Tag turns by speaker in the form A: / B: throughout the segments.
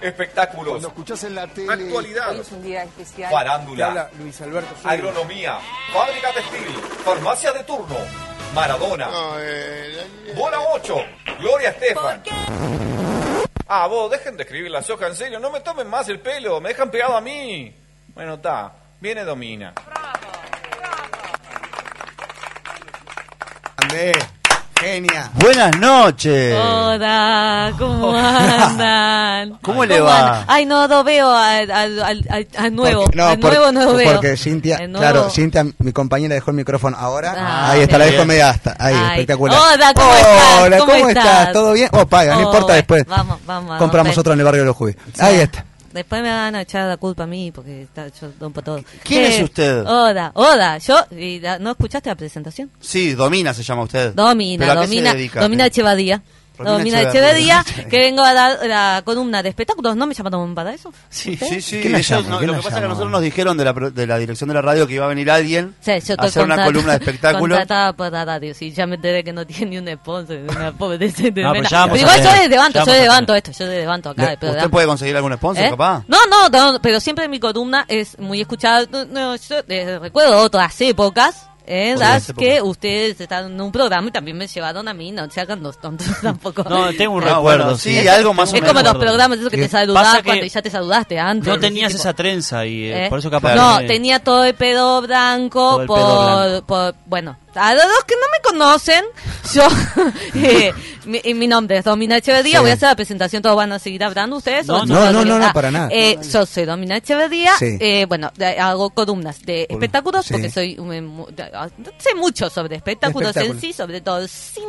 A: espectáculos,
B: Cuando escuchás en la tele.
A: actualidad,
C: Hoy es un día especial.
B: Te habla
A: farándula,
B: Luis Alberto Suárez.
A: agronomía, fábrica textil, farmacia de turno, Maradona,
D: No, eh,
A: Bola 8, Gloria Estefan. Ah, vos, dejen de escribir las hojas, en serio, no me tomen más el pelo, me dejan pegado a mí. Bueno, está, viene Domina.
B: Andé, Genia.
E: Buenas noches.
C: Hola, ¿cómo andan?
E: ¿Cómo le va?
C: andan? Ay, no, no veo al, al, al- al- al nuevo.
F: Porque-
C: al
F: por-
C: nuevo no lo veo.
F: Porque Cintia,
C: Al nuevo.
F: claro, Cintia, mi compañera dejó el micrófono ahora.
C: Ah,
F: ahí está, la
C: bien.
F: dejó media hasta. Ahí,
C: Ay.
F: espectacular.
C: Hola, ¿cómo estás?
F: Hola,
C: ¿Cómo
F: estás?
C: estás?
F: ¿Todo bien? Oh, paga,
C: Oh,
F: no importa
C: bueno,
F: después.
C: vamos, vamos a
F: Compramos
C: romper.
F: otro en el barrio de los Jubis. Ahí está.
C: Después me van a echar la culpa a mí porque está, yo rompo todo.
E: ¿Quién
C: Eh,
E: es usted?
C: Oda, Oda. Yo, y la- ¿no escuchaste la presentación?
E: Sí, Domina se llama usted.
C: Domina,
E: ¿Pero a qué se
C: domina,
E: dedica?
C: domina Echevadía.
E: Romina
C: Domina
E: Echeverría.
C: Echeverría, que vengo a dar la columna de espectáculos. ¿No me llamaron para eso?
E: Sí,
C: ¿Usted?
E: sí, sí.
F: ¿Quién la
E: ellos
F: llama?
E: no-
F: ¿Quién
E: lo
F: la
E: que pasa es que
F: llama?
E: a nosotros nos dijeron de la, pro- de la dirección de la radio que iba a venir alguien
C: Sí, yo estoy
E: a hacer una
C: contratada-
E: columna de espectáculo.
C: Contratada por la radio, sí, ya me enteré que no tiene ni un sponsor, ni una pobre de
G: No, pero Ah, pues ya vamos a
C: Igual yo
G: tener,
C: de levanto,
G: ya
C: yo
G: vamos
C: de
G: a
C: levanto esto, yo de levanto acá. el
E: ¿Usted
C: programa.
E: puede conseguir algún sponsor,
C: ¿Eh?
E: capaz?
C: No, no, no, pero siempre mi columna es muy escuchada. No, no, yo eh, recuerdo otras épocas. eh,
E: Otras
C: las
E: épocas.
C: que ustedes estaban en un programa y también me llevaron a mí, no se hagan los tontos tampoco.
G: No, tengo un
E: Ah,
G: recuerdo.
E: bueno, sí,
G: sí.
E: algo más o
C: es
E: menos.
C: como los programas, eso que te saludás
G: Pasa que
C: cuando ya te saludaste antes.
G: No tenías
C: Tipo,
G: esa trenza y eh,
C: ¿eh?
G: por eso capaz.
C: No,
G: que-
C: tenía todo el pedo blanco
G: Todo el
C: por,
G: pedo blanco.
C: por- Bueno, a los que no me conocen, yo. eh, mi, y mi nombre es Domina Echeverría. Voy a hacer la presentación. Todos van a seguir hablando ustedes.
G: No,
C: ¿O
G: no,
C: todos
F: no,
C: van a-
F: no, no,
C: Ah,
F: para nada.
C: eh, yo soy Domina Echeverría.
F: Sí.
C: eh, bueno, eh, hago columnas de espectáculos
F: sí.
C: porque soy. un- eh, mu- ah, sé mucho sobre espectáculos en
F: Espectáculos.
C: sí, sobre todo cine.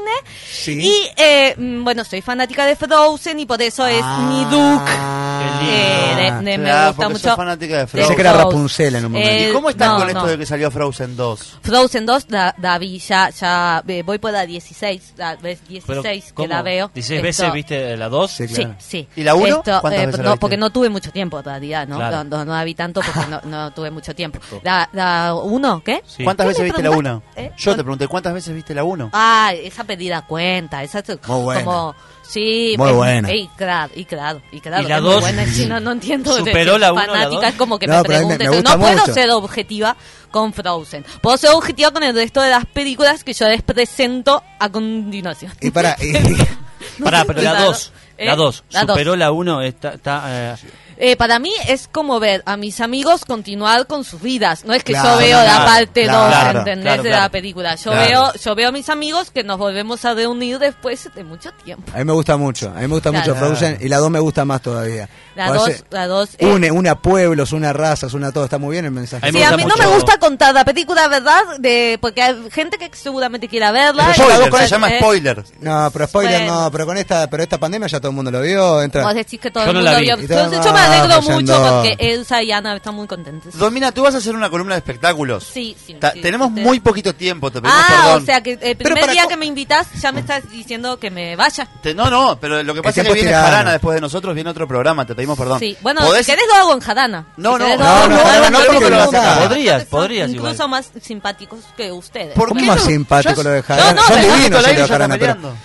F: Sí.
C: Y eh, mm, bueno, soy fanática de Frozen y por eso es
G: Ah.
C: mi look. Eh, de- de- me
E: Ah, Claro,
C: gusta
E: porque sos
C: mucho.
E: fanática de
F: Pensé
E: Frozen.
F: que era
C: Frozen.
F: Rapunzel en un momento.
C: Eh,
E: ¿Y cómo están
C: no,
E: con esto
C: no.
E: de que salió Frozen 2?
C: Frozen 2, la, la vi ya, ya eh, voy por la 16, la vez
G: pero,
C: 16 que
G: ¿cómo?
C: la veo.
G: 16
C: Esto-
G: veces viste la 2.
F: Sí,
C: Sí,
F: claro.
C: sí.
E: ¿Y la uno?
C: Esto,
E: ¿Cuántas
C: eh,
E: veces la
C: no,
E: viste?
C: porque no tuve mucho tiempo en realidad, ¿no? No,
G: Claro.
C: no, no la vi tanto porque no, no tuve mucho tiempo. La, la 1, ¿qué?
G: Sí.
E: ¿Cuántas
C: ¿Qué
E: veces
C: me
E: viste la 1?
C: preguntaste? ¿Eh?
E: Yo te pregunté, ¿cuántas veces viste la 1?
C: Ah, esa pedida cuenta, esa es
F: Muy buena.
C: como... Sí,
F: Muy
C: es-
F: buena.
C: Y claro, y claro, y claro.
G: Y la
C: es muy
G: dos
C: buena, sí, no, no entiendo. de-
G: superó la uno, la
C: fanática,
G: dos.
C: es como que
F: No,
C: me
F: pero a mí me- me
C: pregunten.
F: gusta
C: no puedo
F: mucho.
C: ser objetiva con Frozen. Puedo ser objetiva con el resto de las películas que yo les presento a continuación.
F: Y para. y-
G: Pará, pero la
C: Claro.
G: 2.
C: ¿Eh?
G: La 2.
C: La dos.
G: Superó la 1. Está, está, eh,
C: Eh, para mí es como ver a mis amigos continuar con sus vidas. No es que yo
F: Claro,
C: veo la
F: claro,
C: parte 2,
F: claro, claro,
C: ¿entendés?
G: claro,
C: de la
G: claro.
C: película. Yo,
E: Claro.
C: veo, yo veo a mis amigos que nos volvemos a reunir después de mucho tiempo.
F: a mí me gusta mucho. A mí me gusta
C: Claro.
F: mucho Frozen y la 2 me gusta más todavía.
C: La
F: Porque
C: dos-
F: hace-
C: la dos, eh.
F: Une, une a pueblos, una a razas, una a todo. Está muy bien el mensaje.
G: A mí me
C: Sí, a
G: gusta
C: mí no
G: mucho.
C: me gusta contar la película, ¿verdad? De, porque hay gente que seguramente quiera verla.
F: Pero
C: Y
F: spoiler,
C: luego,
E: se
C: pues,
E: llama
C: eh,
E: spoiler.
F: No, pero spoiler
C: Bueno.
F: no, pero con esta, pero esta pandemia ya todo el mundo lo vio, entra.
C: Vos decís que todo
G: Yo
C: el
G: no la
C: mundo
G: vi.
C: vio.
F: Y todo-
C: Entonces yo me
F: Ah,
C: alegro
F: pues,
C: mucho
F: andó.
C: porque Elsa y Ana están muy contentas.
E: Domina, tú vas a hacer una columna de espectáculos.
C: Sí, sí,
E: Ta-
C: sí,
E: Tenemos
C: ustedes-
E: muy poquito tiempo, te pedimos
C: Ah,
E: perdón.
C: o sea que el primer
F: para
C: día
F: co-
C: que me invitas ya me estás diciendo que me vaya.
E: Te- no, no, pero lo que pasa es
F: tiempo
E: que
F: es
E: viene
F: tirano.
E: Jarana después de nosotros, viene otro programa, te pedimos perdón.
C: Sí, bueno,
E: ¿Podés-
C: si querés lo hago en Jadana.
E: No,
C: Si
E: no,
C: querés lo
E: no,
C: hago en
F: no, no,
C: Jadana,
F: no creo que lo vas a hacer.
G: Podrías,
C: Son
G: podrías
C: Incluso
G: igual.
C: más simpáticos que ustedes.
E: ¿Por
F: ¿Cómo
E: qué
F: más
E: no?
F: simpático
E: Ya-
F: lo de Jarana?
C: No, no,
F: Son
C: pero-
F: divinos
E: Al
F: los
E: aire
F: de
E: ya están
F: Jarana, pero-
E: peleando.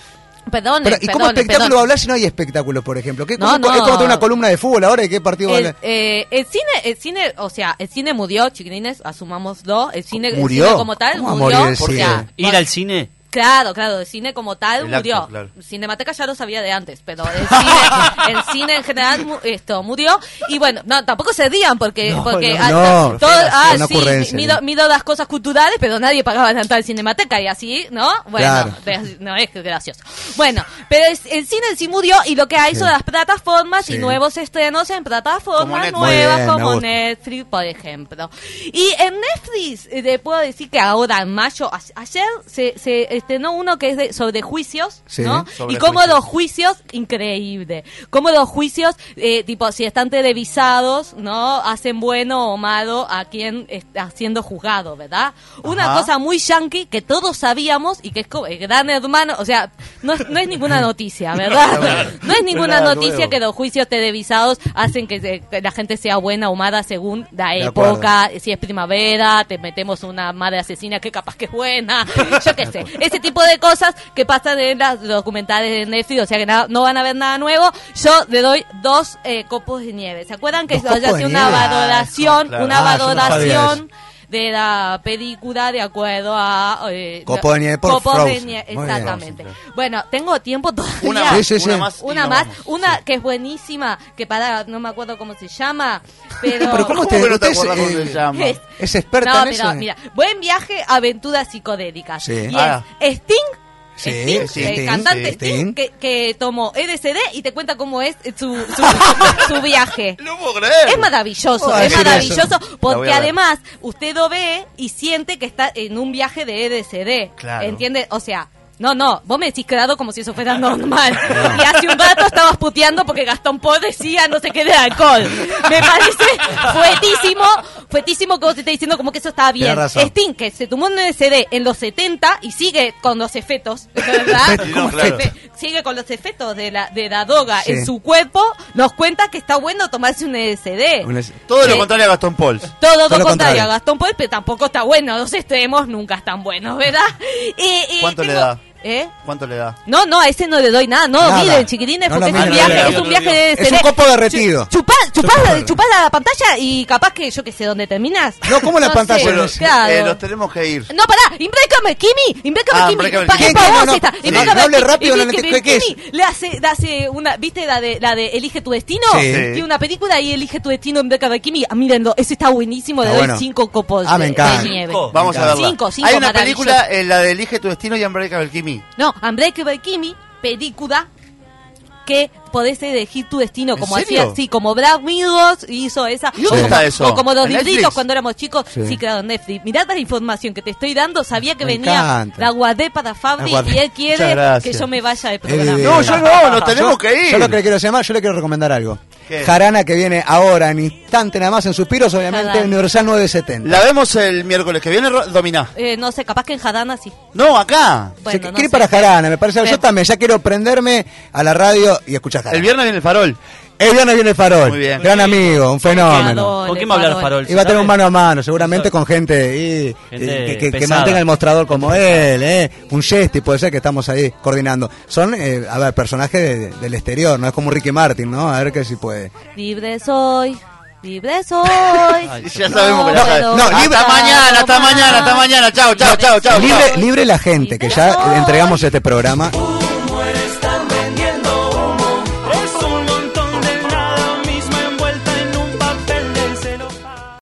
C: Perdón,
F: Pero, ¿Y cómo espectáculo hablas si no hay espectáculo, por ejemplo? ¿Qué, cómo-
C: No, no.
F: Es como tener una columna de fútbol ahora y qué partido va a
C: El,
F: hablar?
C: eh, el cine, el cine, o sea, el cine murió, chiquilines, asumámoslo. El cine, el
F: ¿Murió?
C: cine como tal
F: ¿Cómo va a
C: murió.
F: morir el
C: o
F: cine?
C: sea,
G: ir al cine.
C: Claro, claro, el cine como
E: El
C: tal
E: acto,
C: murió.
E: claro.
C: Cinemateca ya lo sabía de antes, pero el cine, el cine en general mu- esto murió. Y bueno, no, tampoco se dían porque, porque
F: no,
C: ah,
F: no.
C: ta- todo- ah,
F: Una
C: sí,
F: ocurrencia,
C: mido,
F: ¿no?
C: mido las cosas culturales, pero nadie pagaba la entrada al Cinemateca y así, ¿no? Bueno,
F: Claro.
C: de- no es que gracioso. Bueno, pero es- el cine en sí murió y lo que ha hecho
F: Sí.
C: las plataformas y
F: Sí.
C: nuevos estrenos en
E: Como
C: plataformas
E: Netflix.
C: nuevas
F: Muy bien, me
C: como
F: gusta.
C: Netflix, por ejemplo. Y en Netflix, eh, te puedo decir que ahora, en mayo, a- ayer se, se estrenó uno que es de- sobre juicios,
F: Sí.
C: ¿no?
E: Sobre
C: y cómo
E: juicios.
C: los juicios, increíble. Cómo los juicios, eh, tipo, si están televisados, ¿no? Hacen bueno o malo a quien está siendo juzgado, ¿verdad? Una
E: Ajá.
C: cosa muy yankee que todos sabíamos y que es como el gran hermano, o sea, no es, no es ninguna noticia, ¿verdad? No es ninguna
E: Nada
C: noticia
E: nuevo.
C: que los juicios televisados hacen que, se- que la gente sea buena o mala según la
F: De acuerdo.
C: época, si es primavera, te metemos una madre asesina que capaz que es buena, yo qué sé. ese tipo de cosas que pasan en las- los documentales de Netflix, o sea que na- no van a ver nada nuevo. Yo le doy dos eh, copos de nieve. ¿Se acuerdan que
F: Dos copos
C: yo
F: de
C: hacía una
F: nieve.
C: valoración,
E: claro.
C: una
F: Ah, yo no sabía
C: valoración de la película de acuerdo a eh,
F: Copo de nieve por
C: copos de
F: Frozen.
C: nieve,
F: Muy bien.
C: exactamente. Bueno, tengo tiempo todavía.
E: Una, más,
F: Sí, sí,
E: una
F: sí.
E: más. y
C: Una
E: nos
C: más,
E: vamos.
C: una que es buenísima, que para, no me acuerdo cómo se llama, pero...
F: Pero ¿cómo
E: ¿Cómo
F: te-
E: que no te
F: ustedes,
E: acordás cómo
F: eh,
E: se llama?
C: es-
F: ¿Es experta
C: no,
F: en
C: pero
F: eso?
C: mira, buen viaje, aventura psicodélica.
F: Sí.
C: Y
E: Ah.
C: es Sting,
F: Sí,
C: Sting,
E: sí,
C: el
F: Sting,
C: cantante
F: sí.
C: Sting,
F: Sting.
C: Que, que tomó E LSD y te cuenta cómo es su, su, su viaje.
E: No puedo creer.
C: Es maravilloso,
F: Ay,
C: es
F: mira eso.
C: maravilloso,
E: La voy
C: porque
E: a ver.
C: además usted lo ve y siente que está en un viaje de E EDCD.
E: Claro.
C: ¿Entiende? O sea, no, no, vos me decís quedado como si eso fuera normal. Y hace un rato estabas puteando porque Gastón Paul decía no sé qué de alcohol. Me parece fuetísimo, fuetísimo que vos estés diciendo como que eso estaba bien.
F: Tenés razón.
C: Sting, que se tomó un E EDCD en los 70 y sigue con los efetos, ¿verdad?
E: Efetos, ¿cómo
C: Efe-
E: efetos?
C: sigue con los efectos de la, de la droga
F: Sí.
C: en su cuerpo, nos cuenta que está bueno tomarse un E LSD.
F: Un es-
E: Todo lo
C: Eh,
E: contrario a Gastón Pauls.
C: Todo lo
F: lo
C: contrario,
F: contrario.
C: a Gastón Paul, pero tampoco está bueno. Los extremos nunca están buenos, ¿verdad? Eh, eh,
E: ¿Cuánto le da?
C: ¿Eh?
E: ¿Cuánto le da?
C: No, no, a ese no le doy nada. No,
F: Nada.
C: miren, chiquirines,
F: No
C: porque
F: lo
C: es un
F: miren,
C: viaje,
G: no lo
C: es un
G: miren.
C: viaje de E
F: Es un
C: LSD.
F: copo derretido.
C: Chu- Chupá, chupá,
F: Chupá.
C: chupá la pantalla y capaz que yo que sé dónde terminas.
F: No, ¿cómo la
C: sé,
F: pantalla?
E: Bueno,
C: claro.
E: eh, los tenemos que ir.
C: No, pará, Imbrécame, Kimi, Imbrécame,
E: Ah,
C: Kimi.
E: Imbrécame,
C: Pa-
E: Kimi.
C: es para
F: ¿Quién?
C: vos
F: No, no.
C: esta.
F: Sí.
C: Imbrécame,
F: No hable
C: Kimi,
F: rápido, no le-
C: Kimi,
F: ¿qué- qué es?
C: Kimi, Le hace, le hace una, ¿viste la de, la de Elige tu destino?
F: Sí.
C: Tiene una película y Elige tu destino, Imbrécame, Kimi. Ah, mírenlo, ese está buenísimo, le
F: Está
C: doy
F: bueno.
C: cinco copos
F: Ah, me
C: de,
F: encanta.
C: de nieve.
A: Cinco.
E: Vamos a verla.
C: Cinco, cinco,
E: Hay una
C: maravilloso.
E: película, eh, la de Elige tu destino y Unbreakable Kimmy.
C: No, Unbreakable Kimmy, película que podés elegir tu destino,
E: ¿En
C: como
E: serio?
C: hacía, sí, como Brad Mirrors hizo esa.
E: ¿Y dónde
C: o
E: está
C: como-
E: eso?
C: O como los
E: ¿En
C: libritos
E: Netflix?
C: cuando éramos chicos, sí,
F: Sí.
C: claro, en Netflix. Mirá la información que te estoy dando, sabía que
F: Me
C: venía,
F: encanta.
C: la guardé para Fabri
F: La guardé.
C: y él
E: Muchas
C: quiere que
E: gracias.
C: yo me vaya de
F: Eh,
C: programa.
F: de-
E: No, yo no, nos tenemos
F: Yo-
E: que ir.
F: Yo lo que le quiero llamar, yo le quiero recomendar algo.
E: ¿Qué?
F: Jarana que viene ahora, en instante nada más en suspiros, obviamente,
C: Jarana.
F: Universal 970.
E: La vemos el miércoles que viene, Ro- Dominá.
C: Eh, no sé, capaz que en Jadana sí.
E: No, acá.
F: Así que
C: Bueno, no
F: quiere
C: sé.
F: para Jarana, me parece.
C: Bien.
F: Yo también, ya quiero prenderme a la radio y escuchar Jarana.
E: El viernes viene el farol.
F: El viernes viene el farol.
E: Muy bien.
F: Gran amigo, un fenómeno.
C: Farol,
G: ¿Con quién va a hablar
C: Farol.
G: Farol?
F: Y va a tener un
G: ¿Sabe?
F: mano a mano, seguramente
G: Eso.
F: con gente, y-
G: Gente
F: y que- que, que
G: pesada.
F: mantenga el mostrador como él, ¿eh? un Chesty puede ser que estamos ahí coordinando. Son, eh, a ver, personajes de- del exterior, no es como un Ricky Martin, ¿no? A ver que si puede.
C: Libre soy, libre soy.
E: Ya sabemos que
C: No,
E: la sabes.
C: pero-
F: no, libre-
E: hasta mañana, hasta
C: Tomás.
E: mañana, hasta mañana. Chao, chao, chao, chao.
F: Libre,
E: chao.
F: libre la gente, que ya entregamos este programa.